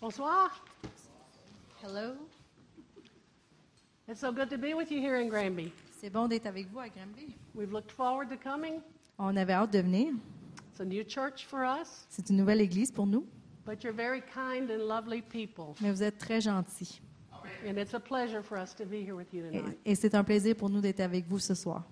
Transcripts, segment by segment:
Bonsoir. Hello. It's so good to be with you here in Granby. C'est bon d'être avec vous à Granby. We've looked forward to coming. On avait hâte de venir. It's a new church for us, C'est une nouvelle église pour nous, but you're very kind and lovely people. mais vous êtes très gentils. And it's a pleasure for us to be here with you Et, tonight. et c'est un plaisir pour nous d'être avec vous ce soir.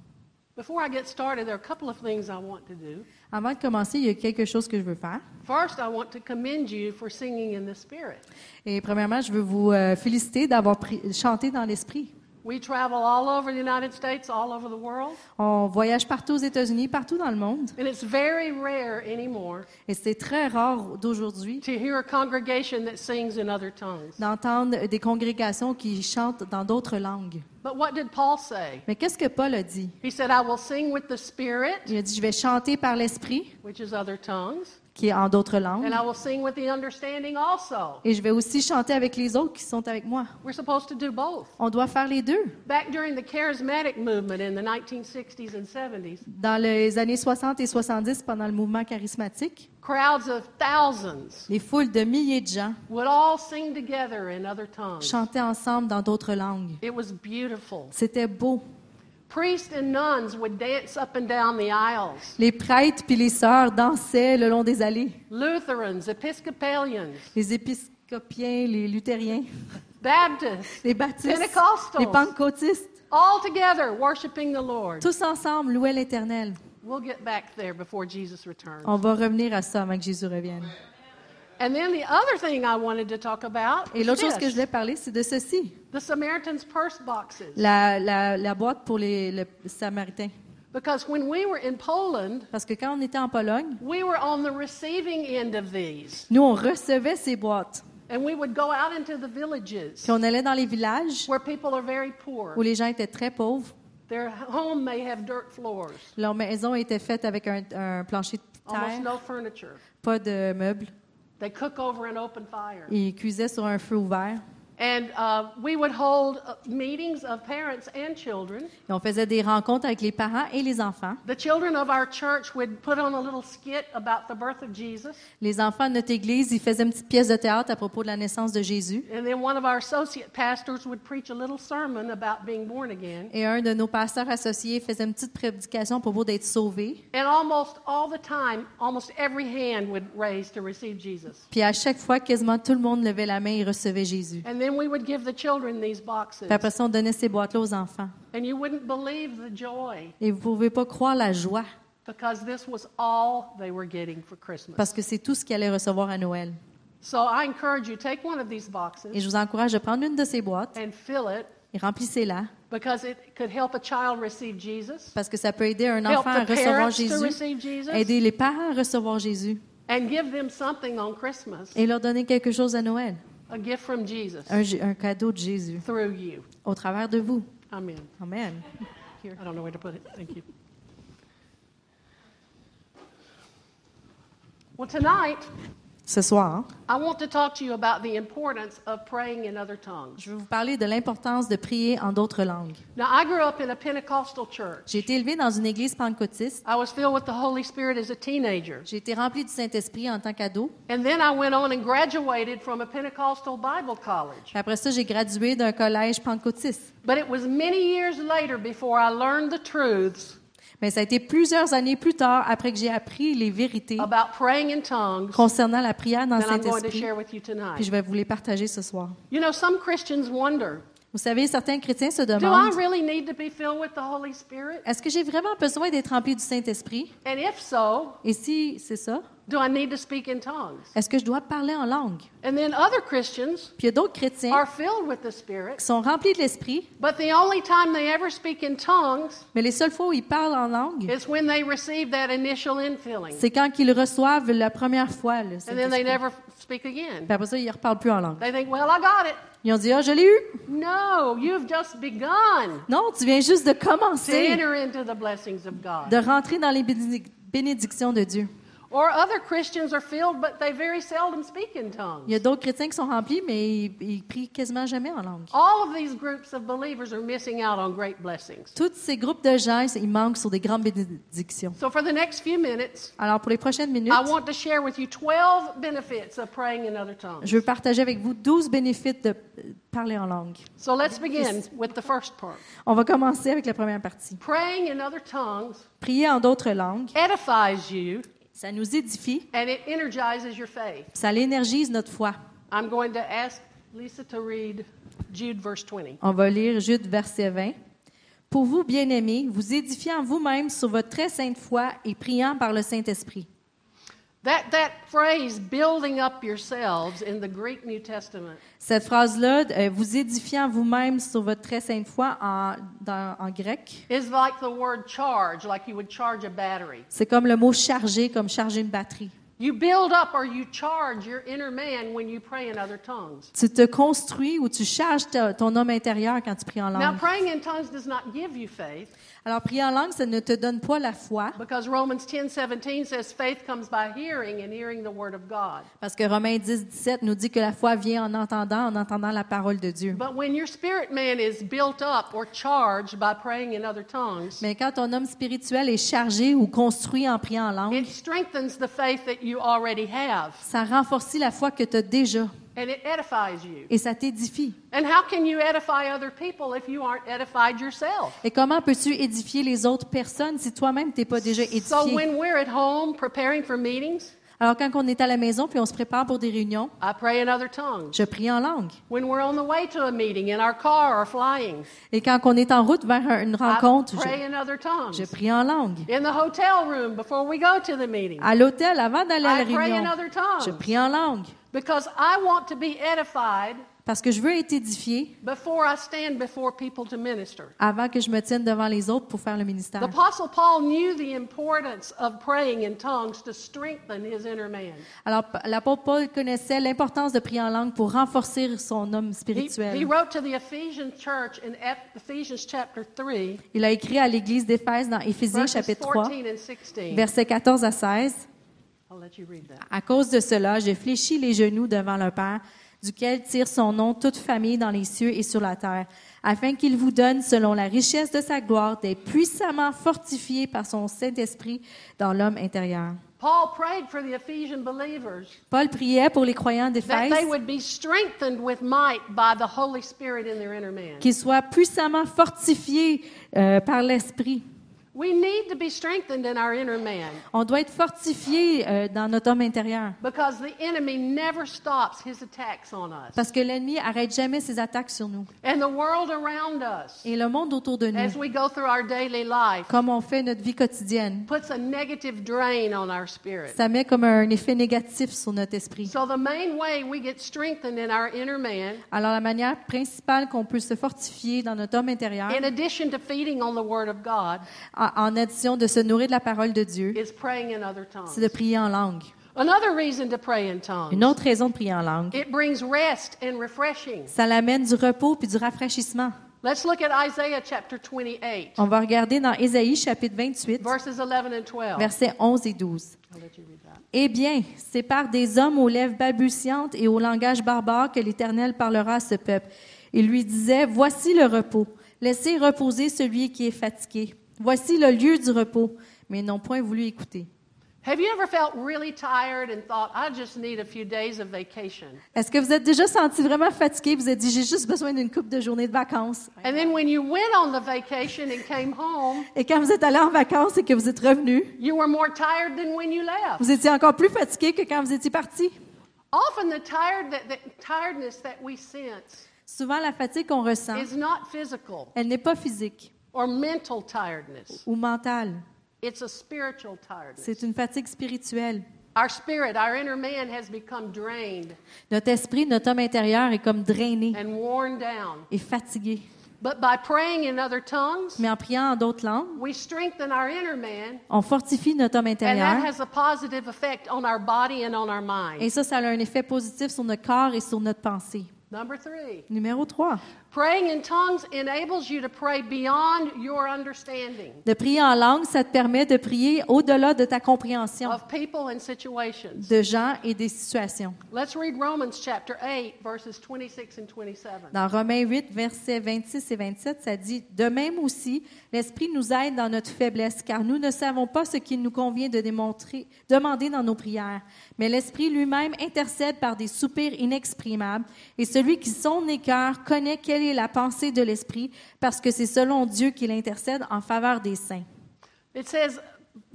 Before I get started, there are a couple of things I want to do. Avant de commencer, il y a quelque chose que je veux faire. First, I want to commend you for singing in the Spirit. Et premièrement, je veux vous euh, féliciter d'avoir pri- chanté dans l'esprit. We travel all over the United States, all over the world, On voyage partout aux États-Unis, partout dans le monde. and it's very rare anymore Et c'est très rare d'aujourd'hui to hear a congregation that sings in other tongues. d'entendre des congrégations qui chantent dans d'autres langues. But what did Paul say? Mais qu'est-ce que Paul a dit? He said, I will sing with the Spirit, Il a dit, je vais chanter par l'esprit, which is other tongues, qui est en d'autres langues. and I will sing with the understanding also. Et je vais aussi chanter avec les autres qui sont avec moi. We're supposed to do both. On doit faire les deux. Back during the charismatic movement in the 1960s and 70s, Dans les années 60 et 70, pendant le mouvement charismatique, crowds of thousands les foules de milliers de gens would all sing together in other tongues. chantaient ensemble dans d'autres langues. It was beautiful. C'était beau. Priests and nuns would dance up and down the aisles. Les prêtres puis les sœurs dansaient le long des allées. Lutherans, Episcopalians, Les épiscopiens, les luthériens, Baptists, les baptistes, Pentecostals. les pentecôtistes, all together worshiping the Lord. tous ensemble louaient l'Éternel. We'll get back there before Jesus returns. On va revenir à ça avant que Jésus revienne. And then the other thing I wanted to talk about Et is l'autre chose que je this, voulais parler, c'est de ceci. the Samaritan's purse boxes. La, la- la boîte pour les, le Samaritain. Because when we were in Poland, Parce que quand on était en Pologne, we were on the receiving end of these. nous, on recevait ces boîtes. And we would go out into the villages Puis on allait dans les villages where people are very où poor. les gens étaient très pauvres. Their home may have dirt floors, Leur maison était faite avec un, un plancher de almost terre, no furniture. pas de meubles. They cook over an open fire. Ils cuisaient sur un feu ouvert. And uh, we would hold uh, meetings of parents and children. Et on faisait des rencontres avec les parents et les enfants. The children of our church would put on a little skit about the birth of Jesus. Les enfants de notre église, ils faisaient une petite pièce de théâtre à propos de la naissance de Jésus. And then one of our associate pastors would preach a little sermon about being born again. Et un de nos pasteurs associés faisait une petite prédication à propos d'être sauvé. And almost all the time, almost every hand would raise to receive Jesus. Puis à chaque fois, quasiment tout le monde levait la main et recevait Jésus. And then we would give the children these boxes. Puis après ça, on donnait ces boîtes-là aux enfants. And you wouldn't believe the joy Et vous ne pouvez pas croire la joie because this was all they were getting for Christmas. parce que c'est tout ce qu'ils allaient recevoir à Noël. So I encourage you take one of these Et boxes je vous encourage de prendre une de ces boîtes and fill it et remplissez-la because it could help a child receive Jesus, parce que ça peut aider un help enfant à the recevoir parents to receive Jésus, Jesus, aider les parents à recevoir Jésus and give them something on Christmas, et leur donner quelque chose à Noël, a gift from Jesus un, J- un cadeau de Jésus through you. au travers de vous. Amen. Amen. I don't know where to put it. Thank you. Well, tonight, Ce soir, hein, I want to talk to you about the importance of praying in other tongues. je vais vous parler de l'importance de prier en d'autres langues. Now, I grew up in a Pentecostal church. J'ai été élevée dans une église pentecôtiste. I was filled with the Holy Spirit as a teenager. J'ai été remplie du Saint-Esprit en tant qu'ado. And then I went on and graduated from a Pentecostal Bible college. Puis Après ça, j'ai gradué d'un collège pentecôtiste. But it was many years later before I learned the truths Mais ça a été plusieurs années plus tard, après que j'ai appris les vérités about praying in tongues concernant la prière dans le that I'm going to Saint-Esprit, share with you puis je tonight. vais vous les partager ce soir. You know, some Christians wonder Vous savez, certains chrétiens se do I demandent really need to be filled with the Holy Spirit? est-ce que j'ai vraiment besoin d'être rempli du Saint-Esprit And if so, Et si c'est ça, do I need to speak in tongues? est-ce que je dois parler en langue And then other Christians Puis il y a d'autres chrétiens are filled with the qui Spirit, sont remplis de l'Esprit, but the only time they ever speak in tongues mais les seules fois où ils parlent en langue, is when they receive that initial infilling. c'est quand ils reçoivent la première fois le And then they Saint-Esprit. never f- speak again. Puis après ça, ils ne reparlent plus en langue. They think, well, I got it. Ils ont dit Ah, je l'ai eu No, you've just begun Non, tu viens juste de to commencer enter into the blessings of God. de rentrer dans les béni- bénédictions de Dieu. Or other Christians are filled, but they very seldom speak in Il y a tongues. d'autres chrétiens qui sont remplis, mais ils, ils prient quasiment jamais en langue. All of these groups of believers are missing out on great blessings. Tous ces groupes de gens, ils manquent sur des grandes bénédictions. So for the next few minutes, Alors, pour les prochaines minutes, I want to share with you 12 benefits of praying in other tongues. je veux partager avec vous 12 bénéfices de euh, parler en langue. So let's begin with the first part. On va commencer avec la première partie. Praying in other tongues Prier en d'autres langues, edifies you ça nous édifie, and it energizes your faith. ça l'énergise notre foi. I'm going to ask Lisa to read Jude verse 20. On va lire Jude verset 20. Pour vous, bien-aimés, vous édifiant vous-même sur votre très sainte foi et priant par le Saint-Esprit. That, that phrase, building up yourselves, in the Greek New Testament, Cette phrase-là, euh, vous édifiant vous-même sur votre très sainte foi en, dans- en grec, is like the word charge, like you would charge a battery. c'est comme le mot charger, comme charger une batterie. You build up or you charge your inner man when you pray in other tongues. Tu te construis ou tu charges ta- ton homme intérieur quand tu pries en Now, langue. praying in tongues does not give you faith Alors, prier en langue, ça ne te donne pas la foi, because Romans 10 17 says faith comes by hearing and hearing the word of God. parce que Romains 10, 17 nous dit que la foi vient en entendant, en entendant la parole de Dieu. But when your spirit man is built up or charged by praying in other tongues, Mais quand ton homme spirituel est chargé ou construit en priant en langue, it strengthens the faith that you already have ça renforce la foi que tu as déjà and it edifies you. et ça t'édifie. And how can you edify other people if you aren't edified yourself? Et comment peux-tu édifier les autres personnes si toi-même t'es pas déjà édifié? So when we're at home preparing for meetings, Alors quand on est à la maison puis on se prépare pour des réunions, I pray in other tongues. je prie en langue. When we're on the way to a meeting in our car or flying, Et quand on est en route vers un- une I rencontre, pray je, in other tongues. je prie en langue. In the hotel room before we go to the meeting, À l'hôtel, avant d'aller à la I pray in réunion, other tongues je prie en langue because I want to be edified parce que je veux être édifié before I stand before people to minister. avant que je me tienne devant les autres pour faire le The ministère. Apostle Paul knew the importance of praying in tongues to strengthen his inner man. Alors p- l'apôtre Paul connaissait l'importance de prier en langue pour renforcer son homme He, he spirituel. wrote to the Ephesian church in Eph- Ephesians chapter 3, Il a écrit à l'église d'Éphèse dans Éphésiens verses chapitre 3, 14 and 16. versets 14 à 16. I'll let you read that. À cause de cela, j'ai fléchi les genoux devant le Père, duquel tire son nom toute famille dans les cieux et sur la terre, afin qu'il vous donne, selon la richesse de sa gloire, des puissamment fortifiés par son Saint-Esprit dans l'homme intérieur. Paul prayed for the Ephesian believers Paul priait pour les croyants that d'Éphèse they would be strengthened with might by the Holy Spirit in their inner man. qu'ils soient puissamment fortifiés euh, par l'Esprit. We need to be strengthened in our inner man On doit être fortifié euh, dans notre homme intérieur because the enemy never stops his attacks on us parce que l'ennemi arrête jamais ses attaques sur nous and the world around us et le monde autour de as nous, we go through our daily life comme on fait notre vie quotidienne. puts a negative drain on our spirit. Ça met comme un effet négatif sur notre esprit. So the main way we get strengthened in our inner man Alors la manière principale qu'on peut se fortifier dans notre homme intérieur, in addition to feeding on the word of God en en addition de se nourrir de la parole de Dieu, is praying in other c'est de tongues. prier en langue. Another reason to pray in tongues Une autre raison de prier en langue, It brings rest and refreshing. ça l'amène du repos puis du rafraîchissement. Let's look at Isaiah chapter 28, On va regarder dans Ésaïe chapitre 28, verses 11 and 12. versets 11 et 12. I'll let you read that. Eh bien, c'est par des hommes aux lèvres balbutiantes et au langage barbare que l'Éternel parlera à ce peuple. Il lui disait, Voici le repos, laissez reposer celui qui est fatigué. Voici le lieu du repos, mais ils n'ont point voulu écouter. Have you ever felt really tired and thought, I just need a few days of vacation? Est-ce que vous êtes déjà senti vraiment fatigué? Vous avez dit, j'ai juste besoin d'une coupe de journée de vacances. And then when you went on the vacation and came home, Et quand vous êtes allé en vacances et que vous êtes revenu, you were more tired than when you left. vous étiez encore plus fatigué que quand vous étiez parti. Often the, tired that, the tiredness that we sense Souvent, la fatigue qu'on ressent, is not physical elle n'est pas physique or mental tiredness. ou mentale. It's a spiritual tiredness. C'est une fatigue spirituelle. Our spirit, our inner man has become drained Notre esprit, notre homme intérieur est comme drainé and worn down. et fatigué. But by praying in other tongues, Mais en priant en d'autres langues, we strengthen our inner man, on fortifie notre homme and that intérieur. has a positive effect on our body and on our mind. Et ça, ça a un effet positif sur notre corps et sur notre pensée. Number three, Numéro 3. praying in tongues enables you to pray beyond your understanding De prier en langue, ça te permet de prier au-delà de ta compréhension of people and situations. de gens et des situations. Let's read Romans chapter 8, verses 26 and 27. Dans Romains 8, versets 26 et 27, ça dit De même aussi, l'Esprit nous aide dans notre faiblesse, car nous ne savons pas ce qu'il nous convient de démontrer, demander dans nos prières. Mais l'Esprit lui-même intercède par des soupirs inexprimables, et celui qui sonde les cœurs connaît quelle est la pensée de l'Esprit, parce que c'est selon Dieu qu'il intercède en faveur des saints. It says,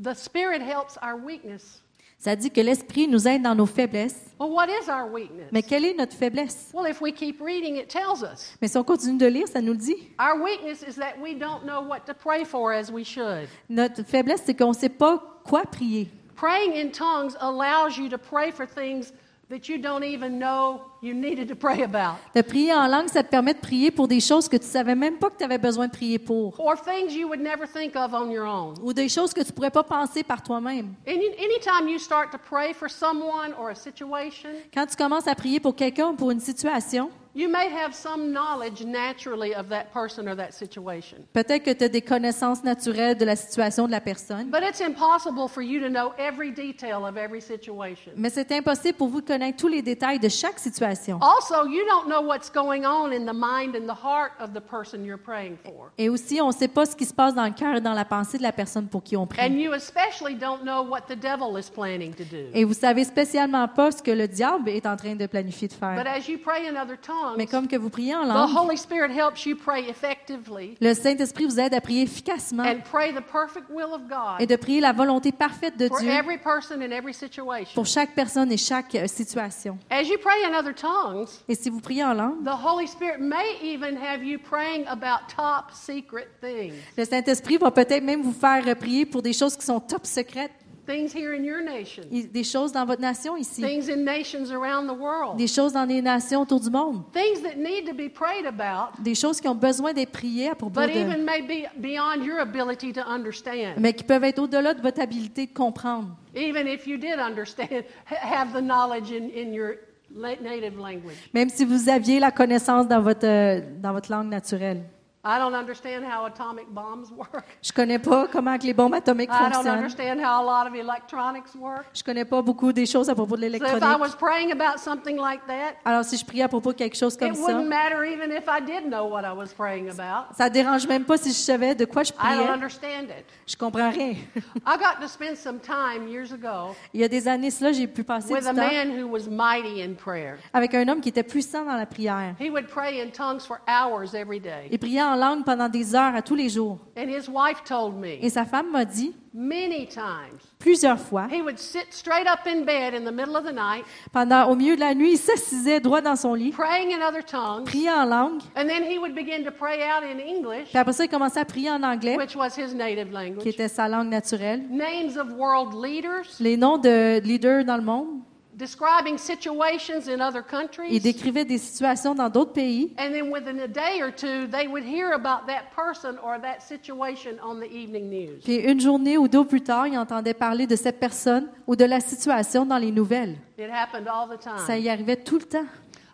The Spirit helps our weakness. Ça dit que l'Esprit nous aide dans nos faiblesses. Well, what is our weakness? Mais quelle est notre faiblesse? Well, if we keep reading, it tells us. Mais si on continue de lire, ça nous le dit. Our weakness is that we don't know what to pray for as we should. Notre faiblesse, c'est qu'on ne sait pas quoi prier. Praying in tongues allows you to pray for things that you don't even know you needed to pray about, De prier en langue, ça te permet de prier pour des choses que tu savais même pas que tu avais besoin de prier pour. or things you would never think of on your own. Ou des choses que tu pourrais pas penser par toi-même. Any, anytime you start to pray for someone or a situation, Quand tu commences à prier pour quelqu'un ou pour une situation, you may have some knowledge naturally of that person or that situation. peut-être que tu as des connaissances naturelles de la situation de la personne, But it's impossible for you to know every detail of every situation. mais c'est impossible pour vous de connaître tous les détails de chaque situation. Also, you don't know what's going on in the mind and the heart of the person you're praying for. Et aussi, on ne sait pas ce qui se passe dans le cœur et dans la pensée de la personne pour qui on prie. And you especially don't know what the devil is planning to do. Et vous savez spécialement pas ce que le diable est en train de planifier de But faire. as you pray in other Mais tongues, comme que vous priez en the langue, Holy Spirit helps you pray effectively le Saint-Esprit vous aide à prier efficacement and pray the perfect will of et God de prier la volonté parfaite de for Dieu every person in every situation. pour chaque personne et chaque euh, situation. As you pray in other tongues, Et si vous priez en langue, the Holy Spirit may even have you praying about top secret things, le Saint-Esprit va peut-être même vous faire euh, prier pour des choses qui sont top secrètes, things here in your nation, i- des choses dans votre nation ici, things in nations around the world, des choses dans les nations autour du monde, things that need to be prayed about, des choses qui ont besoin d'être priées à propos but de... even may be beyond your ability to understand, mais qui peuvent être au-delà de votre habilité de comprendre, even if you did understand, ha- have the knowledge in, in your la- native language. même si vous aviez la connaissance dans votre, euh, dans votre langue naturelle. I don't understand how atomic bombs work. Je connais pas comment que les bombes atomiques I don't fonctionnent. understand how a lot of electronics work. Je connais pas beaucoup des choses à propos de So if I l'électronique. was praying about something like that, Alors si je prie à propos de quelque chose comme it ça, wouldn't matter even if I did know what I was praying about. ça dérange même pas si je savais de quoi je I don't priais. understand it. Je comprends rien. I got to spend some time years ago Il y a des années, cela, j'ai pu passer du with a temps man who was mighty in prayer. avec un homme qui était puissant dans la prière. He would pray in tongues for hours every day. Il priait en langue pendant des heures à tous les jours. And his wife told Et me sa femme m'a dit many times plusieurs fois, he would sit straight up in bed in the middle of the night, pendant au milieu de la nuit, il s'assisait droit dans son lit, praying in other tongues, priait en langue, and then he would begin to pray out in English, puis après ça, il commençait à prier en anglais, which was his native qui language, était sa langue naturelle. names of world leaders, Les noms de leaders dans le monde, describing situations in other il countries. décrivait des situations dans d'autres pays. And then within a day or two, they would hear about that person or that situation on the evening news. Puis une journée ou deux plus tard, il entendait parler de cette personne ou de la situation dans les nouvelles. It happened all the Ça time. y arrivait tout le temps.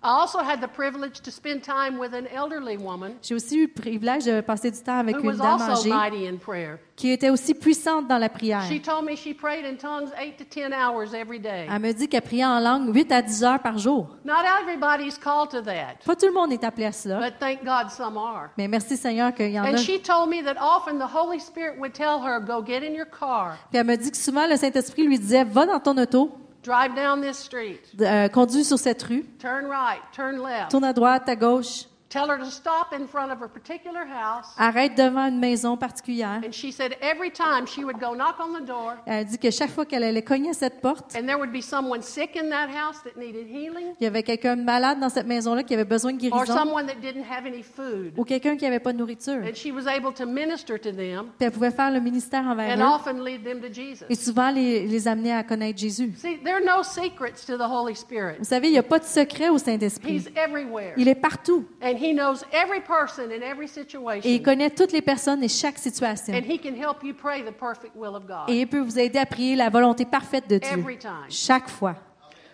I also had the privilege to spend time with an elderly woman J'ai aussi eu le privilège de passer du temps avec who une was dame also âgée mighty in prayer. qui était aussi puissante dans la prière. She told me she prayed in tongues eight to ten hours every day. Elle me dit qu'elle priait en langue 8 à 10 heures par jour. Not everybody's called to that, Pas tout le monde est appelé à cela, but thank God some are. mais merci Seigneur qu'il y en a. And Puis she told me that often the Holy Spirit would tell her, Go get in your car, elle me dit que souvent le Saint-Esprit lui disait Va dans ton auto, drive down this street, euh, conduis sur cette rue, turn right, turn left. tourne à droite, à gauche, Tell her to stop in front of a particular house. arrête devant une maison particulière. And she said every time she would go knock on the door, Elle dit que chaque fois qu'elle allait cogner à cette porte, and there would be someone sick in that house that needed healing, il y avait quelqu'un de malade dans cette maison-là qui avait besoin de or guérison someone that didn't have any food. ou quelqu'un qui n'avait pas de nourriture. And she was able to minister to them Puis elle pouvait faire le ministère envers and eux. often lead them to et Jesus. souvent les, les amener à connaître Jésus. See, there are no secrets to the Holy Vous Spirit. savez, il n'y a pas de secret au Saint-Esprit. He's everywhere, Il est partout and He knows every person in every et il situation, connaît toutes les personnes et chaque situation. and He can help you pray the perfect will of God Et il peut vous aider à prier la volonté parfaite de Dieu every time. chaque fois.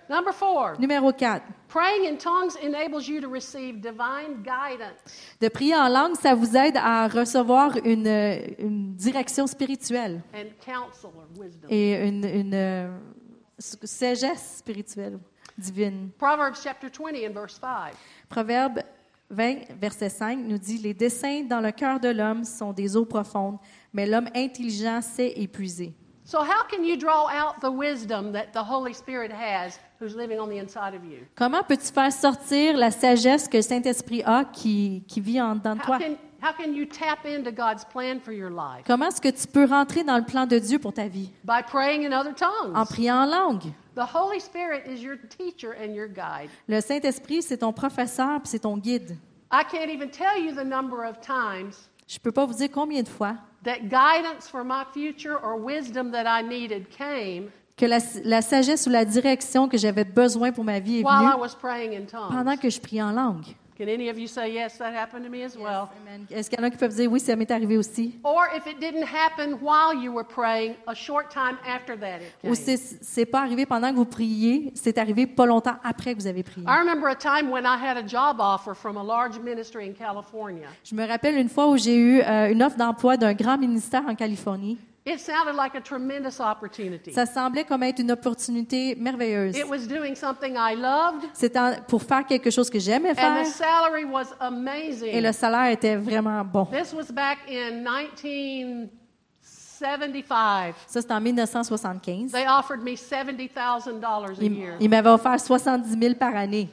Number four, Numéro 4. praying in tongues enables you to receive divine guidance. De prier en langue, ça vous aide à recevoir une, euh, une direction spirituelle and counsel or wisdom. et une, une, euh, s- sagesse spirituelle divine. Proverbs chapter 20 and verse 5. Proverbe 20, verset 5 nous dit Les desseins dans le cœur de l'homme sont des eaux profondes, mais l'homme intelligent sait épuiser. So, how can you draw out the wisdom that the Holy Spirit has who's living on the inside of you? Comment peux-tu faire sortir la sagesse que le Saint-Esprit a qui, qui vit en dedans de How toi? can, how can you tap into God's plan for your life? Comment est-ce que tu peux rentrer dans le plan de Dieu pour ta vie? By praying in other En tongues. priant en langue. The Holy Spirit is your teacher and your guide. Le Saint-Esprit, c'est ton professeur, puis c'est ton guide. I can't even tell you the number of times Je peux pas vous dire combien de fois that guidance for my future or wisdom that I needed came que la, la sagesse ou la direction que j'avais besoin pour ma vie est while I venue was praying in tongues. pendant que je priais en langue. Can any of you say, yes, that happened to me as well? Amen. Est-ce qu'il y en a qui peuvent dire oui, ça m'est arrivé aussi? Or if it didn't happen while you were praying, a short time after that it came. Ou c'est c'est pas arrivé pendant que vous priez, c'est arrivé pas longtemps après que vous avez prié. I remember a time when I had a job offer from a large ministry in California. Je me rappelle une fois où j'ai eu euh, une offre d'emploi d'un grand ministère en Californie. It sounded like a tremendous opportunity. Ça semblait comme être une opportunité merveilleuse. It was doing something I loved, C'était en- pour faire quelque chose que j'aimais and the faire salary was et le amazing. salaire était vraiment bon. This was back in 1975. Ça, c'était en 1975. They offered me $70,000 a Il, year. il m'avait offert 70 000 par année.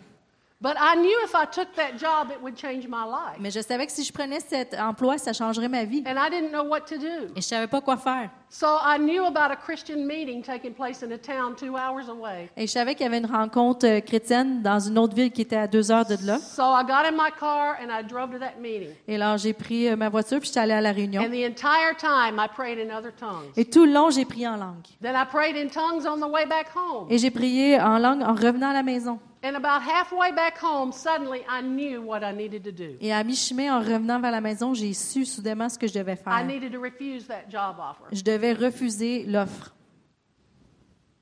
But I knew if I took that job, it would change my life. Mais je savais que si je prenais cet emploi, ça changerait ma vie. And I didn't know what to do. Et je savais pas quoi faire. So I knew about a Christian meeting taking place in a town two hours away. Et je savais qu'il y avait une rencontre euh, chrétienne dans une autre ville qui était à deux heures de là. So I got in my car and I drove to that meeting. Et alors, j'ai pris euh, ma voiture puis je suis allée à la réunion. And the entire time I prayed in other tongues. Et tout le long, j'ai prié en langue. Then I prayed in tongues on the way back home. Et j'ai prié en langue en revenant à la maison. And about halfway back home, suddenly I knew what I needed to do. Et à mi-chemin, en revenant vers la maison, j'ai su soudainement ce que je devais I faire. needed to refuse that job offer. Je devais refuser l'offre.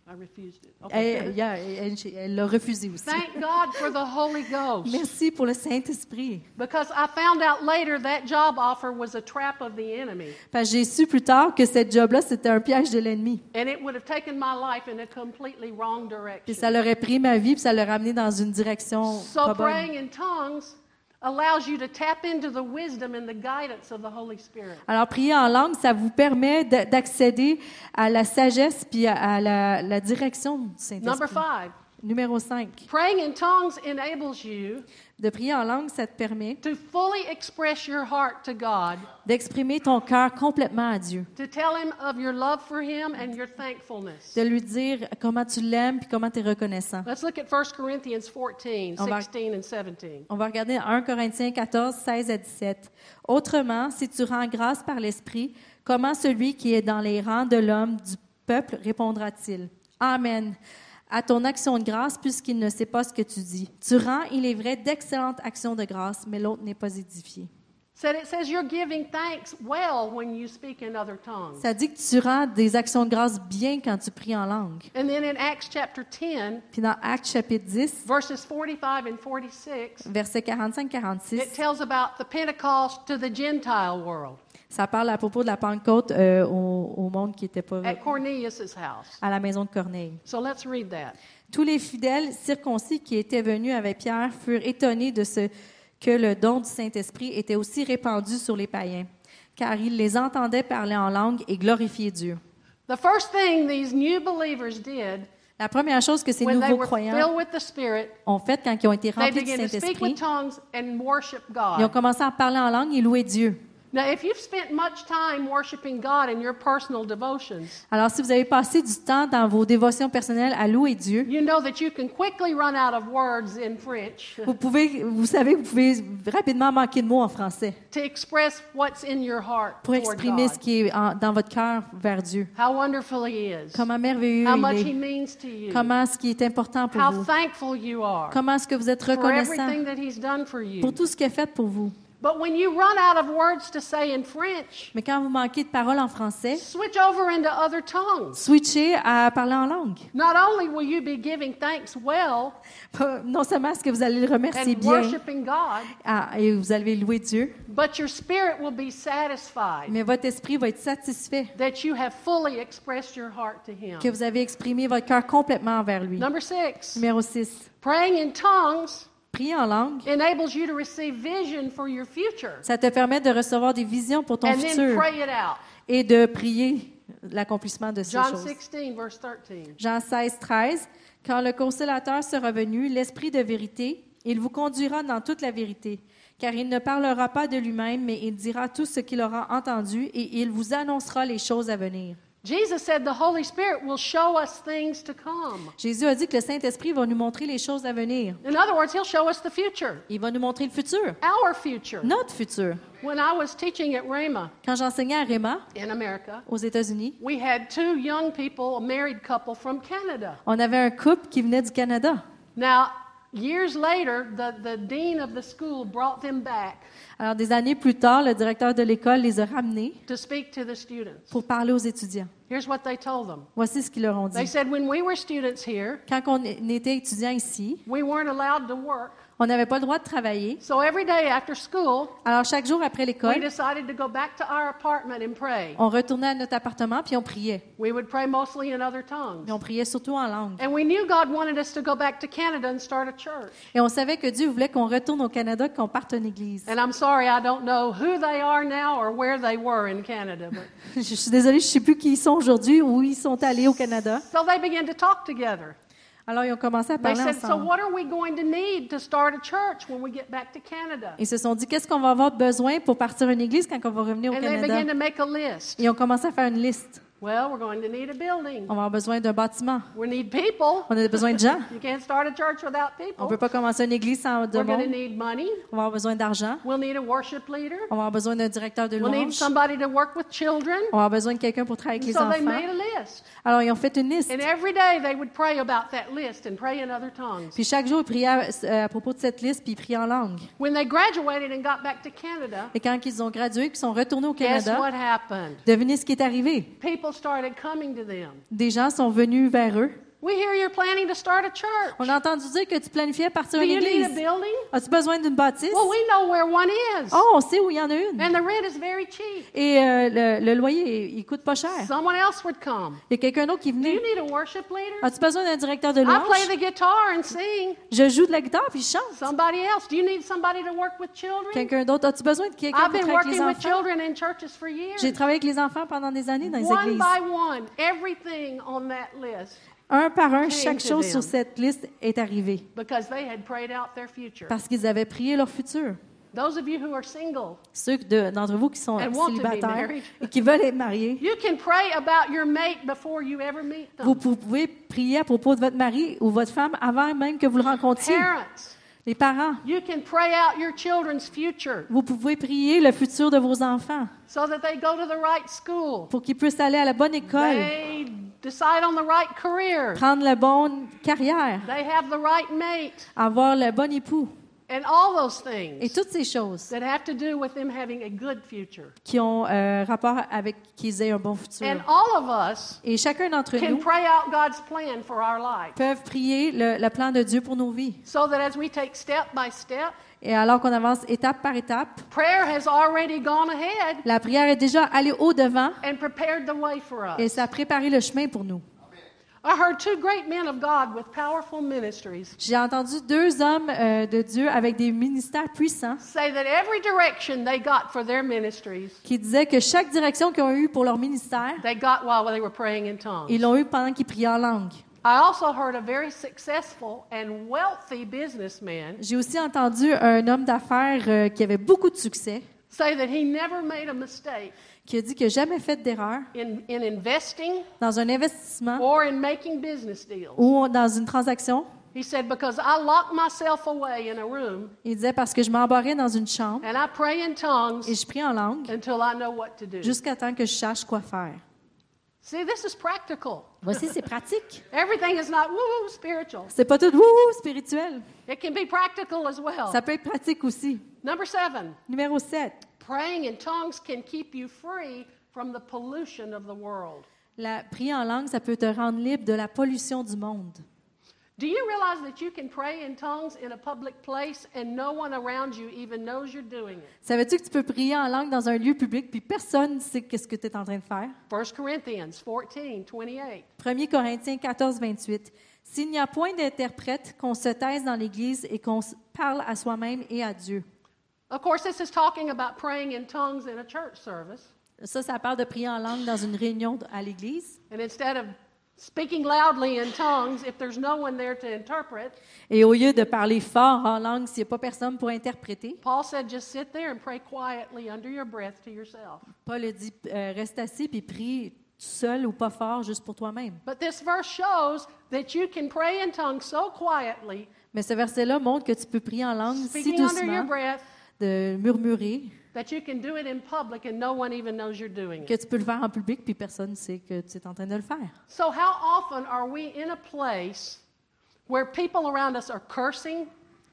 I refused it. Elle Okay. yeah, elle- elle- elle l'a refusé aussi. Thank God for the Holy Ghost. Merci pour le Saint-Esprit. Because I found out later that job offer was a trap of the enemy. Parce que j'ai su plus tard que cette job-là, c'était un piège de l'ennemi. And it would have taken my life in a completely wrong Puis direction. ça l'aurait pris ma vie, puis ça l'aurait amené dans une direction So pas bonne. praying in tongues allows you to tap into the wisdom and the guidance of the Holy Spirit. Alors, prier en langue, ça vous permet de- d'accéder à la sagesse puis à, à la, la direction du Number Saint-Esprit. five, Numéro 5. praying in tongues enables you De prier en langue, ça te permet to fully express your heart to God, d'exprimer ton cœur complètement à Dieu, to tell Him of your love for Him and your thankfulness. de lui dire comment tu l'aimes puis comment tu es reconnaissant. Let's look at 1 Corinthians 14, On va- 16, and 17. On va regarder 1 Corinthiens 14, 16 à 17. Autrement, si tu rends grâce par l'Esprit, comment celui qui est dans les rangs de l'homme du peuple répondra-t-il? Amen. À ton action de grâce, puisqu'il ne sait pas ce que tu dis. Tu rends, il est vrai, d'excellentes actions de grâce, mais l'autre n'est pas édifié. Said it says you're giving thanks well when you speak in other tongues. Ça dit que tu rends des actions de grâce bien quand tu pries en langue. And then in Acts chapter 10, Puis dans Actes chapitre 10, verses 45 and 46, versets 45-46, it tells about the Pentecost to the Gentile world. ça parle à propos de la Pentecôte euh, au, au monde qui n'était pas at Cornelius's house. à la maison de Corneille. So let's read that. Tous les fidèles circoncis qui étaient venus avec Pierre furent étonnés de ce que le don du Saint-Esprit était aussi répandu sur les païens, car ils les entendaient parler en langue et glorifier Dieu. The first thing these new believers did La première chose que ces when they nouveaux were filled croyants with the Spirit, ont fait quand ils ont été they remplis du began to speak with Saint-Esprit, tongues and worship ils ont God. commencé à parler en langue et louer Dieu. Now, if you've spent much time worshiping God in your personal devotions, Alors, si vous avez passé du temps dans vos dévotions personnelles à louer Dieu, you know that you can quickly run out of words in French vous pouvez, vous savez, vous pouvez rapidement manquer de mots en français to express what's in your heart pour toward exprimer ce God. qui est en- dans votre cœur vers Dieu. How wonderful He is, Comment merveilleux how il much est. He means to you, Comment ce qui est important pour how vous. thankful you are Comment est-ce que vous êtes for reconnaissant everything that He's done for you. pour tout ce qui est fait pour vous. But when you run out of words to say in French, Mais quand vous manquez de paroles en français, switch over into other tongues. switchez à parler en langue. Not only will you be giving thanks well Pas- Non seulement est-ce que vous allez le remercier and bien worshiping God, ah, et vous allez louer Dieu, but your spirit will be satisfied mais votre esprit va être satisfait that you have fully expressed your heart to Him. que vous avez exprimé votre cœur complètement envers lui. Number six, Numéro 6. praying in tongues Prier en langue, enables you to receive vision for your future ça te permet de recevoir des visions pour ton and then futur pray it out. et de prier l'accomplissement de ces John choses. 16, verse 13. Jean 16, 13. Quand le consolateur sera venu, l'Esprit de vérité, il vous conduira dans toute la vérité, car il ne parlera pas de lui-même, mais il dira tout ce qu'il aura entendu et il vous annoncera les choses à venir. Jesus said the Holy Spirit will show us things to come. Jésus a dit que le Saint-Esprit va nous montrer les choses à venir. In other words, He'll show us the future, Il va nous montrer le futur, our future. notre futur. When I was teaching at Rhema Quand j'enseignais à Réma, in America, aux États-Unis, we had two young people, a married couple from Canada. on avait un couple qui venait du Canada. Now, years later, the, the dean of the school brought them back Alors, des années plus tard, le directeur de l'école les a ramenés to speak to the students. pour parler aux étudiants. Here's what they told them Voici ce qu'ils leur ont They dit. said, When we were students here, Quand on était étudiant ici, we weren't allowed to work. On n'avait pas le droit de travailler. So every day after school, Alors, chaque jour après we l'école, decided to go back to our apartment and pray. on retournait à notre appartement puis on priait. We would pray mostly in other tongues. Puis on priait surtout en langue. And we knew God wanted us to go back to Canada and start a church. Et on savait que Dieu voulait qu'on retourne au Canada, qu'on parte en église. And I'm sorry, I don't know who they are now or where they were in Canada. But... Je suis désolée, je ne sais plus qui ils sont aujourd'hui, où ils sont allés au Canada. So they began to talk together. Alors, ils ont commencé à They parler said, So ensemble. what are we going to need to start a church when we get back to Canada? Ils se sont dit, qu'est-ce qu'on va avoir besoin pour partir en église quand on va revenir au And they began Canada? to make a list. Ils ont commencé à faire une liste. Well, we're going to need a building. On va avoir besoin d'un bâtiment. We need people. On a besoin de gens. You can't start a church without On ne peut people. pas commencer une église sans de We're going to monde. need money. On va avoir besoin d'argent. We'll need a worship leader. On va avoir besoin d'un directeur de We'll need louange. On somebody to work with children. va avoir besoin de quelqu'un pour travailler avec les So they enfants. made a list. Alors, ils ont fait une liste. And every day they would pray about that list and pray in other tongues. Puis chaque jour, ils priaient à, euh, à propos de cette liste, puis ils priaient en langue. When they graduated and got back to Canada, Et quand ils ont gradué, qu'ils sont retournés au guess Canada, what happened? devinez ce qui est arrivé. People started coming to them. Des gens sont venus vers eux. We hear you're planning to start a church. On a entendu dire que tu planifiais partir Do à you need a l'église. building? As-tu besoin d'une bâtisse? Well, we know where one is. Oh, on sait où il y en a une. And the rent is very cheap. Et euh, le, le loyer, il, il coûte pas cher. Someone else would come. Il y a quelqu'un d'autre qui Do venait. you need a worship leader? As-tu besoin d'un directeur de I play louange? the guitar and sing. Je joue de la guitare, puis je chante. Somebody else. Do you need somebody to work with children? Quelqu'un d'autre, as-tu besoin de quelqu'un I've pour been travailler avec les working with enfants? children in churches for years. J'ai travaillé avec les enfants pendant des années dans les One églises. by one, everything on that list Un par un, came chaque to chose them. sur cette liste est arrivée. because they had prayed out their future. parce qu'ils avaient prié leur futur. Those of you who are single, Ceux de- d'entre vous qui sont And want to be célibataires married. et qui veulent être mariés, you can pray about your mate before you ever meet vous them. pou- pouvez prier à propos de votre mari ou votre femme avant même que vous le rencontriez. Parents, Les parents, you can pray out your children's future vous pouvez prier le futur de vos enfants so that they go to the right school, pour qu'ils puissent aller à la bonne école, they decide on the right career, prendre la bonne carrière, they have the right mate, avoir le bon époux and all those et things toutes ces choses that have to do with them having a good future. qui ont euh, rapport avec qu'ils aient un bon And futur. all of us Et chacun d'entre can nous pray out God's plan for our life peuvent prier le, le plan de Dieu pour nos vies. so that as we take step by step, Et alors qu'on avance étape par étape, Prayer has already gone ahead La prière est déjà allée au-devant and prépared the way for et us. ça a préparé le chemin pour nous. I heard two great men of God with powerful ministries J'ai entendu deux hommes euh, de Dieu avec des ministères puissants say that every direction they got for their ministries, qui disaient que chaque direction qu'ils ont eue pour leur ministère, they got while they were praying in ils tongues. l'ont eue pendant qu'ils priaient en langue. I also heard a very successful and wealthy businessman J'ai aussi entendu un homme d'affaires euh, qui avait beaucoup de succès, say that he never made a mistake qui a dit qu'il n'a jamais fait d'erreur in, in investing dans un investissement or in making business deals. ou dans une transaction. He said, Because I lock myself away in a room Il disait parce que je m'embarrais dans une chambre and I pray in et tongues je prie en langue until I know what to do. jusqu'à temps que je sache quoi faire. See, this is practical. Voici, c'est pratique. Everything is not woo woo spiritual, C'est pas tout wouhou spirituel. it can be practical as well. Ça peut être pratique aussi. Number seven, Numéro 7. praying in tongues can keep you free from the pollution of the world. La prière en langue, ça peut te rendre libre de la pollution du monde. Do you realize that you can pray in tongues in a public place and no one around you even knows you're doing it? Savais-tu que tu peux prier en langue dans un lieu public puis personne ne sait qu'est-ce que tu es en train de faire? 1 Corinthians 14, 28. 1 Corinthiens 14, 28. S'il n'y a point d'interprète, qu'on se taise dans l'Église et qu'on se parle à soi-même et à Dieu. Of course, this is talking about praying in tongues in a church service. Ça, ça parle de prier en langue dans une réunion d- à l'Église. And instead of speaking loudly in tongues, if there's no one there to interpret, Et au lieu de parler fort en langue s'il n'y a pas personne pour interpréter, Paul said, just sit there and pray quietly under your breath to yourself. Paul a dit euh, reste assis puis prie tout seul ou pas fort, juste pour toi-même. But this verse shows that you can pray in tongues so quietly, Mais ce verset-là montre que tu peux prier en langue si speaking under your doucement, breath, de murmurer, that you can do it in public and no one even knows you're doing que it. tu peux le faire en public puis personne ne sait que tu es en train de le faire. So, how often are we in a place where people around us are cursing,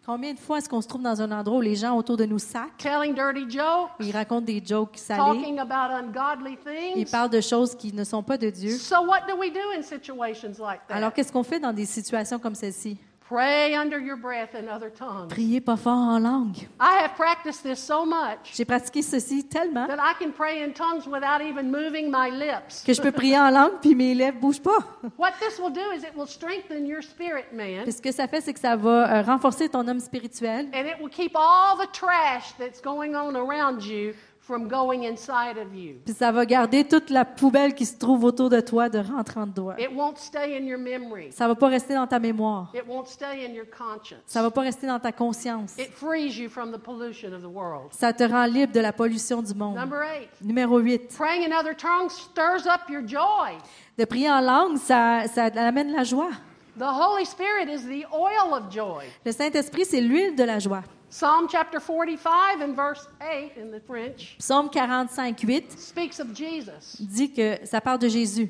Combien de fois est-ce qu'on se trouve dans un endroit où les gens autour de nous sacrent, telling dirty jokes, ils racontent des jokes salés, talking about ungodly ils things? parlent de choses qui ne sont pas de Dieu? So, what do we do in situations like Alors that? qu'est-ce qu'on fait dans des situations comme celle-ci? Pray under your breath in other tongues. Priez pas fort en langue. I have practiced this so much J'ai pratiqué ceci tellement that I can pray in tongues without even moving my lips. que je peux prier en langue puis mes lèvres bougent pas. What this will do is it will strengthen your spirit, man, Puis ce que ça fait, c'est que ça va euh, renforcer ton homme spirituel and it will keep all the trash that's going on around you from going inside of you. puis ça va garder toute la poubelle qui se trouve autour de toi de rentrer en toi. It won't stay in your memory. Ça va pas rester dans ta mémoire. It won't stay in your conscience. Ça va pas rester dans ta conscience. It frees you from the pollution of the world. Ça te rend libre de la pollution du monde. Number eight, Numéro 8. praying in other tongues stirs up your joy. De prier en langue, ça, ça amène la joie. The Holy Spirit is the oil of joy. Le Saint-Esprit, c'est l'huile de la joie. Psalm chapter 45 and verse 8 in the French Psaume 45, 8 speaks of Jesus. dit que ça part de Jésus. You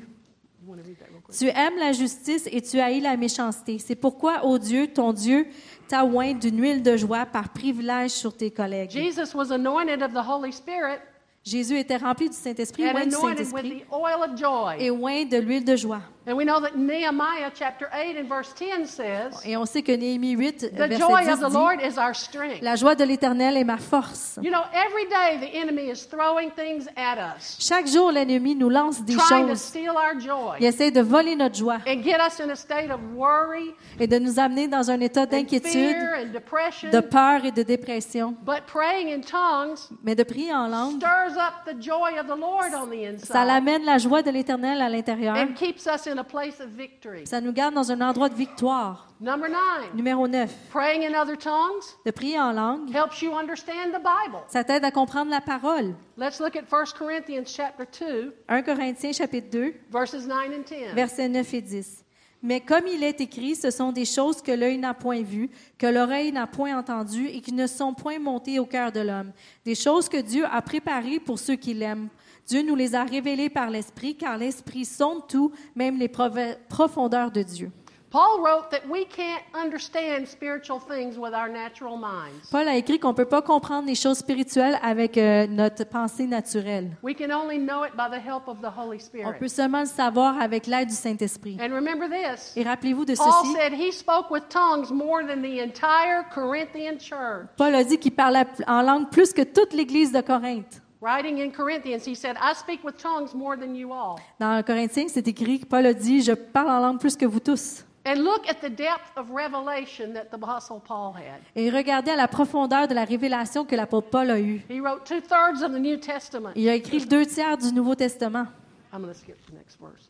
want to read that real quick? Tu aimes la justice et tu haïs la méchanceté. C'est pourquoi, ô Dieu, ton Dieu, t'a oint d'une huile de joie par privilège sur tes collègues. Jesus was anointed of the Holy Spirit Jésus était rempli du Saint-Esprit, and oint du anointed with Saint-Esprit the oil of joy. et oint de l'huile de joie. And we know that Nehemiah chapter 8 and verse 10 says, Et on sait que Néhémie 8, The verset joy of 10 the dit, Lord is our strength. La joie de l'Éternel est ma force. You know, every day the enemy is throwing things at us, Chaque jour, l'ennemi nous lance des trying to choses. steal our joy Il essaie de voler notre joie and get us in a state of worry, et de nous amener dans un état and d'inquiétude, fear, and depression. de peur et de dépression. But praying in tongues Mais de prier en langue, stirs up the joy of the Lord on the ça inside l'amène la joie de l'Éternel à l'intérieur. and keeps us in a place of victory. Ça nous garde dans un endroit de victoire. Number nine, Numéro 9, praying in other tongues de prier en langue, helps you understand the Bible. ça t'aide à comprendre la parole. Let's look at 1 Corinthians chapter 2, 1 Corinthiens chapitre 2, verses 9 and 10. versets 9 et 10. Mais comme il est écrit, ce sont des choses que l'œil n'a point vues, que l'oreille n'a point entendues et qui ne sont point montées au cœur de l'homme. Des choses que Dieu a préparées pour ceux qui l'aiment. Dieu nous les a révélées par l'Esprit, car l'Esprit sonde tout, même les prove- profondeurs de Dieu. Paul wrote that we can't understand spiritual things with our natural minds. Paul a écrit qu'on ne peut pas comprendre les choses spirituelles avec euh, notre pensée naturelle. We can only know it by the help of the Holy On peut Spirit. seulement le savoir avec l'aide du Saint-Esprit. And remember this Et rappelez-vous de Paul ceci. said he spoke with tongues more than the entire Corinthian church. Paul a dit qu'il parlait en langue plus que toute l'Église de Corinthe. Writing in Corinthians, he said, I speak with tongues more than you all. Dans Corinthiens, c'est écrit que Paul a dit, je parle en langue plus que vous tous. And look at the depth of revelation that the Apostle Paul had. Et regardez à la profondeur de la révélation que l'apôtre Paul a eue. He wrote two thirds of the New Testament. Il a écrit le deux tiers du Nouveau Testament. I'm going to skip to the next verse.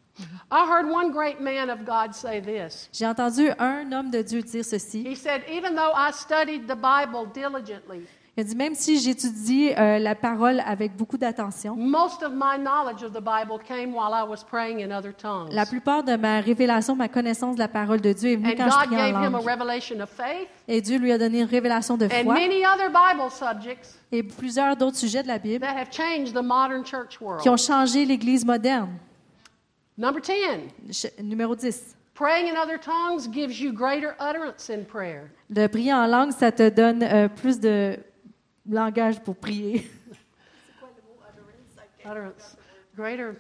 I heard one great man of God say this. J'ai entendu un homme de Dieu dire ceci. He said, Even though I studied the Bible diligently, Il a dit, même si j'étudie euh, la parole avec beaucoup d'attention, most of my knowledge of the Bible came while I was praying in other tongues. La plupart de ma révélation, ma connaissance de la parole de Dieu est venue And quand je God priais gave en him a langue. revelation of faith Et Dieu lui a donné une révélation de and foi many other Bible subjects et plusieurs d'autres sujets de la Bible that have changed the modern church qui ont world. changé l'Église moderne. Number 10, Ch- Numéro 10. praying in other tongues gives you greater utterance in prayer. De prier en langue, ça te donne euh, plus de langage pour prier. Utterance, greater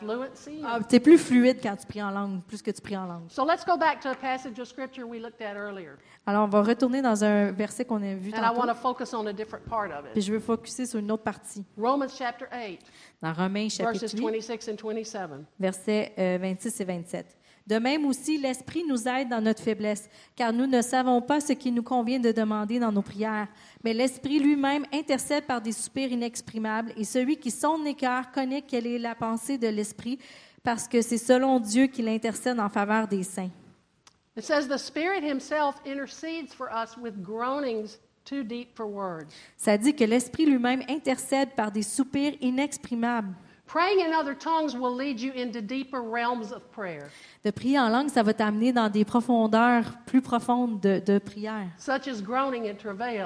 fluency. tu es Ah, plus fluide quand tu pries en langue, plus que tu pries en langue. So let's go back to a passage of scripture we looked at earlier. Alors, on va retourner dans un verset qu'on a vu And I want tantôt, to focus on a different part of puis it. je veux focuser sur une autre partie. Romans chapter 8, Dans Romains, verses chapitre 8, 26 and 27. versets euh, 26 et 27. De même aussi, l'Esprit nous aide dans notre faiblesse, car nous ne savons pas ce qu'il nous convient de demander dans nos prières. Mais l'Esprit lui-même intercède par des soupirs inexprimables, et celui qui sonde les cœurs connaît quelle est la pensée de l'Esprit, parce que c'est selon Dieu qu'il intercède en faveur des saints. It says, The Spirit Himself intercedes for us with groanings too deep for words. Ça dit que l'Esprit lui-même intercède par des soupirs inexprimables. Praying in other tongues will lead you into deeper realms of prayer, De prier en langue, ça va t'amener dans des profondeurs plus profondes de, de prière, such as groaning and travail,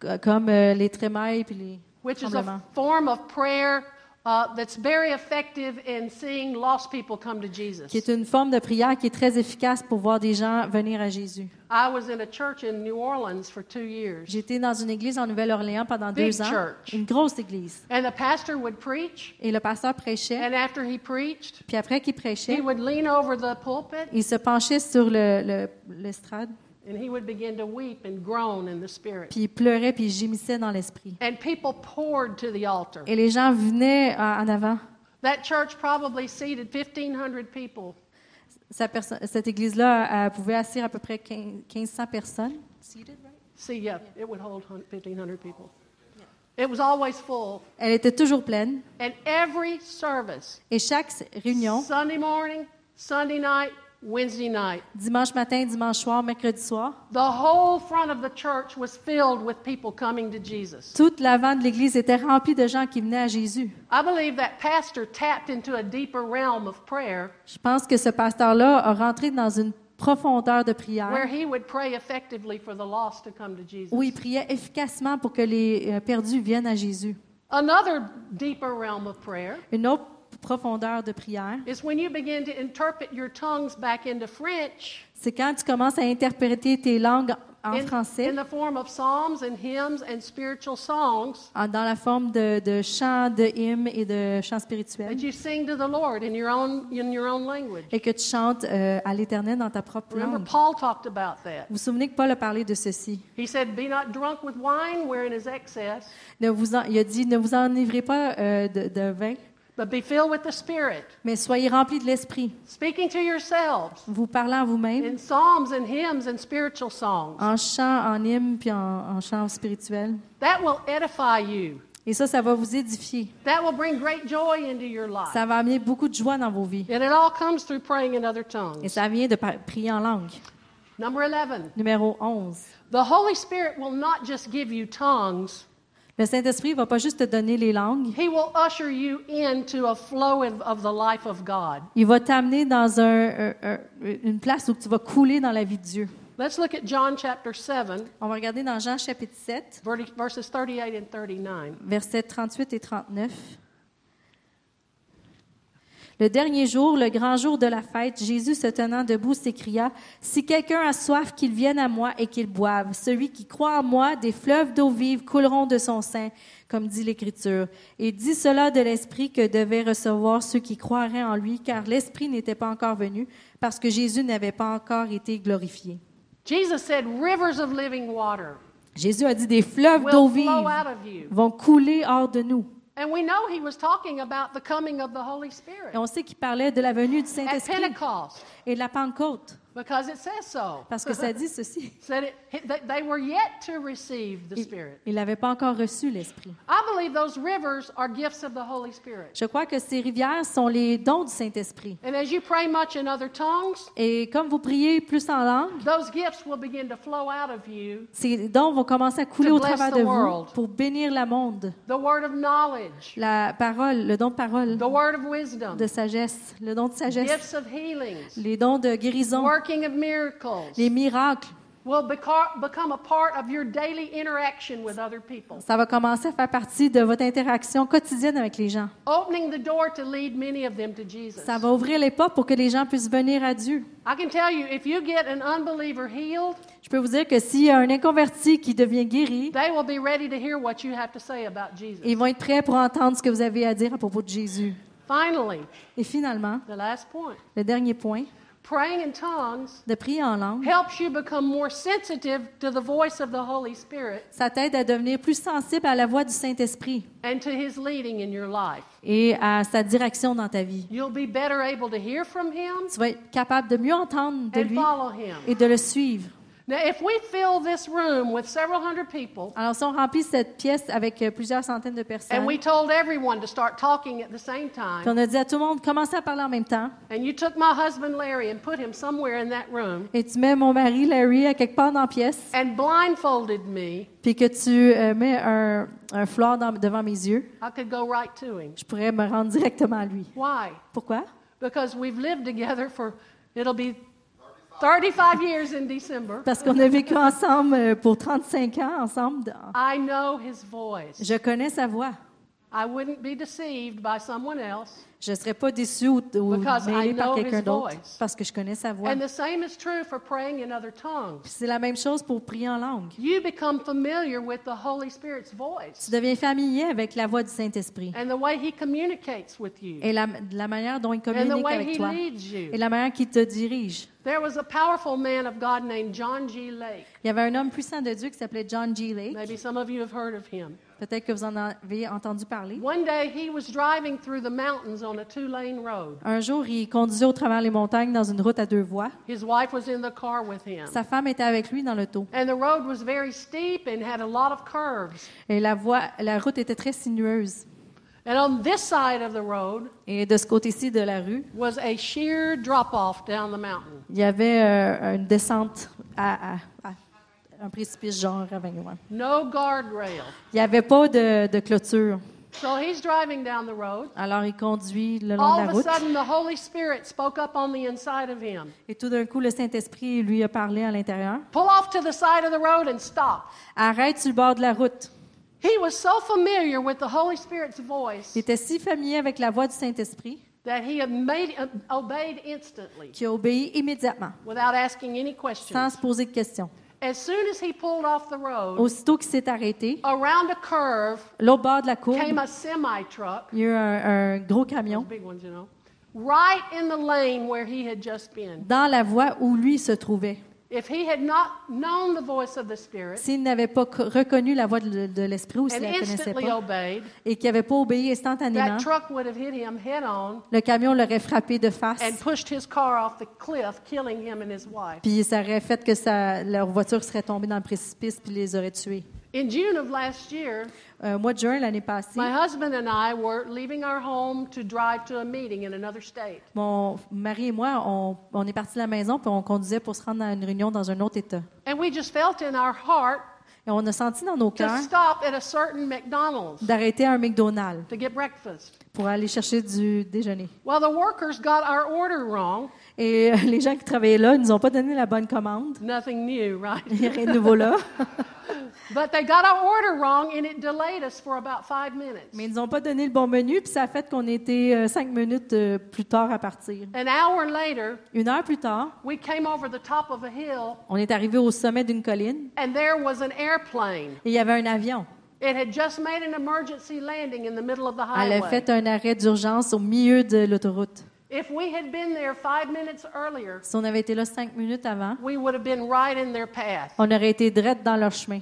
co- comme euh, les trémailles puis les which is tremblements. a form of prayer uh, that's very effective in seeing lost people come to Jesus. qui est une forme de prière qui est très efficace pour voir des gens venir à Jésus. I was in a church in New Orleans for two years, J'étais dans une église en Nouvelle-Orléans pendant Big deux ans, church. une grosse église. and the pastor would preach, Et le pasteur prêchait, and after he preached, puis après qu'il he prêchait, would lean over the pulpit il se penchait sur le, le- l'estrade, and he would begin to weep and groan in the Spirit. puis il pleurait, puis il gémissait dans l'esprit. And people poured to the altar. Et les gens venaient en en avant. That church probably seated 1,500 people. Sa perso- cette église-là elle pouvait asseoir à peu près 15 1500 personnes. See, yeah, it would hold hun- 1,500 people. It was always full. Elle était toujours pleine. And every service, Et chaque réunion, Sunday morning, Sunday night, Wednesday night, dimanche matin, dimanche soir, mercredi soir, the whole front of the church was filled with people coming to Jesus. toute l'avant de l'église était remplie de gens qui venaient à Jésus. I believe that pastor tapped into a deeper realm of prayer Je pense que ce pasteur-là a rentré dans une profondeur de where prière he would pray effectively for the lost to come to Jesus. où il priait efficacement pour que les euh, perdus viennent à Jésus. Another deeper realm of prayer Une autre profondeur de prière, is when you begin to interpret your tongues back into French c'est quand tu commences à interpréter tes langues en in, français in the form of psalms and hymns and spiritual songs en- dans la forme de, de chants, de hymnes et de chants spirituels. that you sing to the Lord in your own in your own language. et que tu chantes euh, à l'Éternel dans ta propre Remember langue. Paul talked about that. Vous vous souvenez que Paul a parlé de ceci. He said, "Be not drunk with wine wherein is excess, Ne vous en- il a dit, ne vous enivrez pas euh, de, de vin, but be filled with the Spirit, mais soyez remplis de l'Esprit, speaking to yourselves vous parlant à vous-même in psalms and hymns and spiritual songs. en chant, en hymne, puis en, en chant spirituel. That will edify you. Et ça, ça va vous édifier. That will bring great joy into your life. Ça va amener beaucoup de joie dans vos vies. And it all comes through praying in other Et tongues. ça vient de par- prier en langue. Number 11. Numéro 11. The Holy Spirit will not just give you tongues, Le Saint-Esprit ne va pas juste te donner les langues, He will usher you into a flow of, of the life of God. il va t'amener dans un- un- un- une place où tu vas couler dans la vie de Dieu. Let's look at John chapter 7, On va regarder dans Jean chapitre 7. verti- verses 38 and 39. versets 38 et 39. Le dernier jour, le grand jour de la fête, Jésus se tenant debout s'écria, Si quelqu'un a soif, qu'il vienne à moi et qu'il boive. Celui qui croit en moi, des fleuves d'eau vive couleront de son sein, comme dit l'Écriture. Et dit cela de l'Esprit que devaient recevoir ceux qui croiraient en lui, car l'Esprit n'était pas encore venu, parce que Jésus n'avait pas encore été glorifié. Jesus said, Rivers of living water Jésus a dit, Des fleuves d'eau will vive flow out of you. vont couler hors de nous. And we know He was talking about the coming of the Holy Spirit Et on sait qu'il parlait de la venue du at Saint-Esprit Pentecost et de la Pentecôte, because it says so. parce que ça dit ceci. Said it, that they were yet to receive the Il Spirit. il n'avait pas encore reçu l'Esprit. I believe those rivers are gifts of the Holy Spirit. Je crois que ces rivières sont les dons du Saint-Esprit. And as you pray much in other tongues, Et comme vous priez plus en langue, those gifts will begin to flow out of you. ces dons vont commencer à couler To au bless travers the de world. vous pour bénir le monde. The word of knowledge, La parole, le don de parole, the word of wisdom, de sagesse, le don de sagesse, gifts of healings, les dons de guérison, working of miracles, les miracles, will beca- become a part of your daily interaction with other people, Ça va commencer à faire partie de votre interaction quotidienne avec les gens. opening the door to lead many of them to Jesus. Ça va ouvrir les portes pour que les gens puissent venir à Dieu. I can tell you, if you get an unbeliever healed, Je peux vous dire que s'il y a un inconverti qui devient guéri, they will be ready to hear what you have to say about Jesus. ils vont être prêts pour entendre ce que vous avez à dire à propos de Jésus. Finally, Et finalement, the last point le dernier point, praying in tongues de prier en langue, helps you become more sensitive to the voice of the Holy Spirit ça t'aide à devenir plus sensible à la voix du Saint-Esprit and to His leading in your life. et à sa direction dans ta vie. You'll be better able to hear from Him Tu vas être capable de mieux entendre de and lui follow Him. et de le suivre. Now, if we fill this room with several hundred people Alors, si on remplit cette pièce avec euh, plusieurs centaines de personnes, and we told everyone to start talking at the same puis time, on a dit à tout le monde, commencez à parler en même temps, and you took my husband Larry and put him somewhere in that room et tu mets mon mari Larry à quelque part dans la pièce, and blindfolded me, puis que tu euh, mets un, un fleur dans- devant mes yeux, I could go right to him. je pourrais me rendre directement à lui. Why? Pourquoi? Because we've lived together for, it'll be 35 years in December. Parce qu'on a vécu ensemble euh, pour 35 ans, ensemble. dans- I know his voice. Je connais sa voix. I wouldn't be deceived by someone else. Je ne serais pas déçue ou, ou Because I mêlée par know quelqu'un his d'autre voice. parce que je connais sa voix. And the same is true for praying in other tongues. C'est la même chose pour prier en langue. You become familiar with the Holy Spirit's voice Tu deviens familier avec la voix du Saint-Esprit and the way he communicates with you et la, la manière dont il and the communique way avec he toi leads et you. la manière qu'il te dirige. There was a powerful man of God named John G. Lake. Il y avait un homme puissant de Dieu qui s'appelait John G. Lake. Maybe some of you have heard of him. Peut-être que vous en avez entendu parler. One day he was driving through the mountains on a two lane road. Un jour, il conduisait au travers les montagnes dans une route à deux voies. His wife was in the car with him. Sa femme était avec lui dans l'auto. And the road was very steep and had a lot of curves. Et la, voie, la route était très sinueuse. And on this side of the road Et de ce côté-ci de la rue, was a sheer drop off down the mountain. il y avait euh, une descente à, à- à un précipice genre à 20 loin. No guardrail. Il n'y avait pas de, de clôture. So he's driving down the road. Alors, il conduit le long All de la of a route. sudden, the Holy Spirit spoke up on the inside of him. Et tout d'un coup, le Saint-Esprit lui a parlé à l'intérieur. Pull off to the side of the road and stop. Arrête sur le bord de la route. He was so familiar with the Holy Spirit's voice Il était si familier avec la voix du Saint-Esprit that he made, uh, obeyed instantly qu'il a obéi immédiatement, without asking any sans questions. se poser de questions. As soon as he pulled off the road, Aussitôt qu'il s'est arrêté, around a curve l'autre bord de la courbe, came a semi truck, il y a eu un, un gros camion big ones, you know, right in the lane where he had just been. dans la voie où lui se trouvait. If he had not known the voice of the Spirit S'il n'avait pas co- reconnu la voix de, de l'Esprit ou s'il and ne la connaissait instantly pas obeyed, et qu'il n'avait pas obéi that instantanément, truck would have hit him head on le camion l'aurait frappé de face and pushed his car off the cliff, killing him and his wife. puis ça aurait fait que sa- leur voiture serait tombée dans le précipice puis les aurait tués. In June of last year, Euh, au mois de juin l'année passée, my husband and I were leaving our home to drive to a meeting in another state. Mon mari et moi, on, on est partis de la maison puis on conduisait pour se rendre à une réunion dans un autre État. And we just felt in our heart Et on a senti dans nos to cœurs stop at a certain McDonald's d'arrêter à un McDonald's to get breakfast. pour aller chercher du déjeuner. Well, the workers got our order wrong. Et euh, les gens qui travaillaient là ne nous ont pas donné la bonne commande. Nothing new, right? Il n'y a rien de nouveau là. But they got our order wrong and it delayed us for about five minutes. Mais ils ne nous ont pas donné le bon menu, puis ça a fait qu'on était euh, cinq minutes euh, plus tard à partir. An hour later, Une heure plus tard, we came over the top of a hill on est arrivé au sommet d'une colline and there was an airplane. et il y avait un avion. It had just made an emergency landing in the middle of the Elle a highway. fait un arrêt d'urgence au milieu de l'autoroute. If we had been there five minutes earlier, Si on avait été là cinq minutes avant, we would have been right in their path. on aurait été direct dans leur chemin.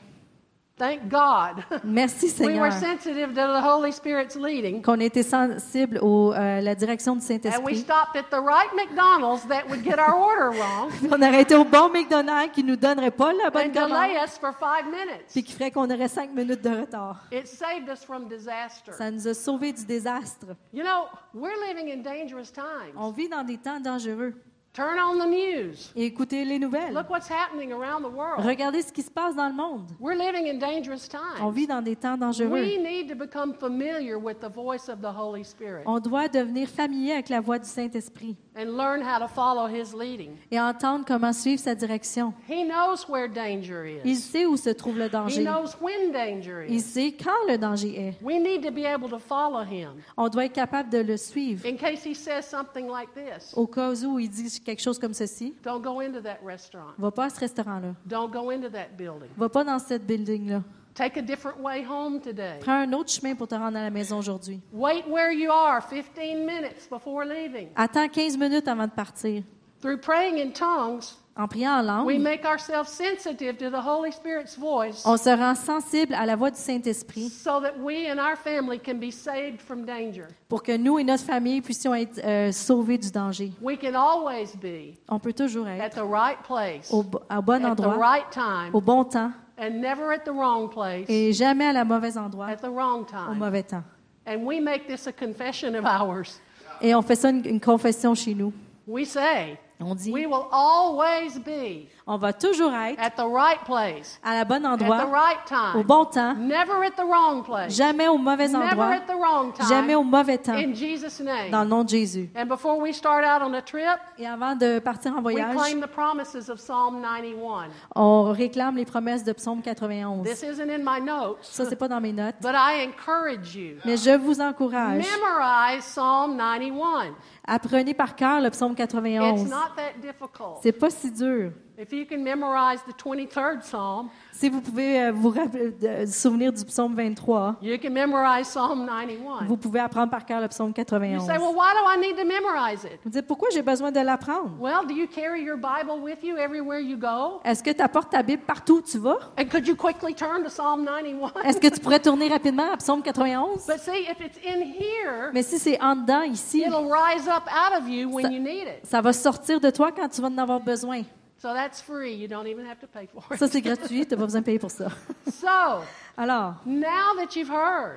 Thank God. Merci we were Seigneur sensitive to the Holy Spirit's leading. qu'on était sensible à la direction du And we Saint-Esprit. stopped at the right McDonald's that would get our order wrong On aurait été au bon McDonald's qui nous donnerait pas la bonne and delay commande us for five minutes. puis qui ferait qu'on aurait cinq minutes de retard. It saved us from disaster. Ça nous a sauvés du désastre. You know, we're living in dangerous times. On vit dans des temps dangereux. Turn on the news. et écoutez les nouvelles. Look what's happening around the world. Regardez ce qui se passe dans le monde. We're living in dangerous On times. vit dans des temps dangereux. We need to become familiar with the voice of the Holy Spirit On doit devenir familier avec la voix du Saint-Esprit and learn how to follow His leading. et entendre comment suivre sa direction. He knows where danger is. Il sait où se trouve le He danger. knows when danger Il is. sait quand le danger est. We need to be able to follow Him On doit être capable de le suivre in case He says something like this. au cas où il dit quelque chose comme ceci. Don't go into that restaurant. Va pas à ce restaurant-là. Don't go into that building. Va pas dans cette building-là. Take a different way home today. Prends un autre chemin pour te rendre à la maison aujourd'hui. Wait where you are 15 minutes before leaving. Attends 15 minutes avant de partir. Through praying in tongues, En priant en we langue, make ourselves sensitive to the Holy Spirit's voice on se rend sensible à la voix du Saint-Esprit so that we and our family can be saved from danger. pour que nous et notre famille puissions être euh, sauvés du danger. We can always be On peut toujours être at the right place, au, bo- au bon at the endroit, right time, au bon temps, and never at the wrong place, et jamais à la mauvaise endroit, at the wrong au time. mauvais temps. And we make this a confession of ours. Et on fait ça une, une confession chez nous. We say, On dit, we will always be on va toujours être at the right place, à la bonne at the endroit, right au time, bon temps, never at the wrong place, jamais au mauvais never endroit, at the wrong jamais au time, mauvais temps, in Jesus' name. dans le nom de Jésus. And before we start out on a trip, Et avant de partir en we voyage, claim the promises of Psalm 91. on réclame les promesses de Psaume 91. This isn't in my notes, Ça, c'est pas dans mes notes. but I encourage you. Mais je vous encourage, Memorize Psalm 91. apprenez par cœur le Psaume It's 91. not that difficult. C'est pas si dur. If you can memorize the 23rd Psalm, Si vous pouvez euh, vous rappeler, de- vous souvenir du Psaume 23, you can memorize Psalm Vous 91. pouvez apprendre par cœur le psaume You 91. say, well, why do I need to memorize it? Vous dites, pourquoi j'ai besoin de l'apprendre? Well, do you carry your Bible with you everywhere you go? Est-ce que tu apportes ta Bible partout où tu vas? And could you quickly turn to Psalm 91? Est-ce que tu pourrais tourner rapidement à psaume 91? But see, if it's in here, Mais si c'est en dedans, ici, it'll rise up out of you when Ça- you need it. ça va sortir de toi quand tu vas en avoir besoin. So that's free. You don't even have to pay for Ça, it. c'est gratuit, tu n'as pas besoin de payer pour ça. So Alors, now that you've heard,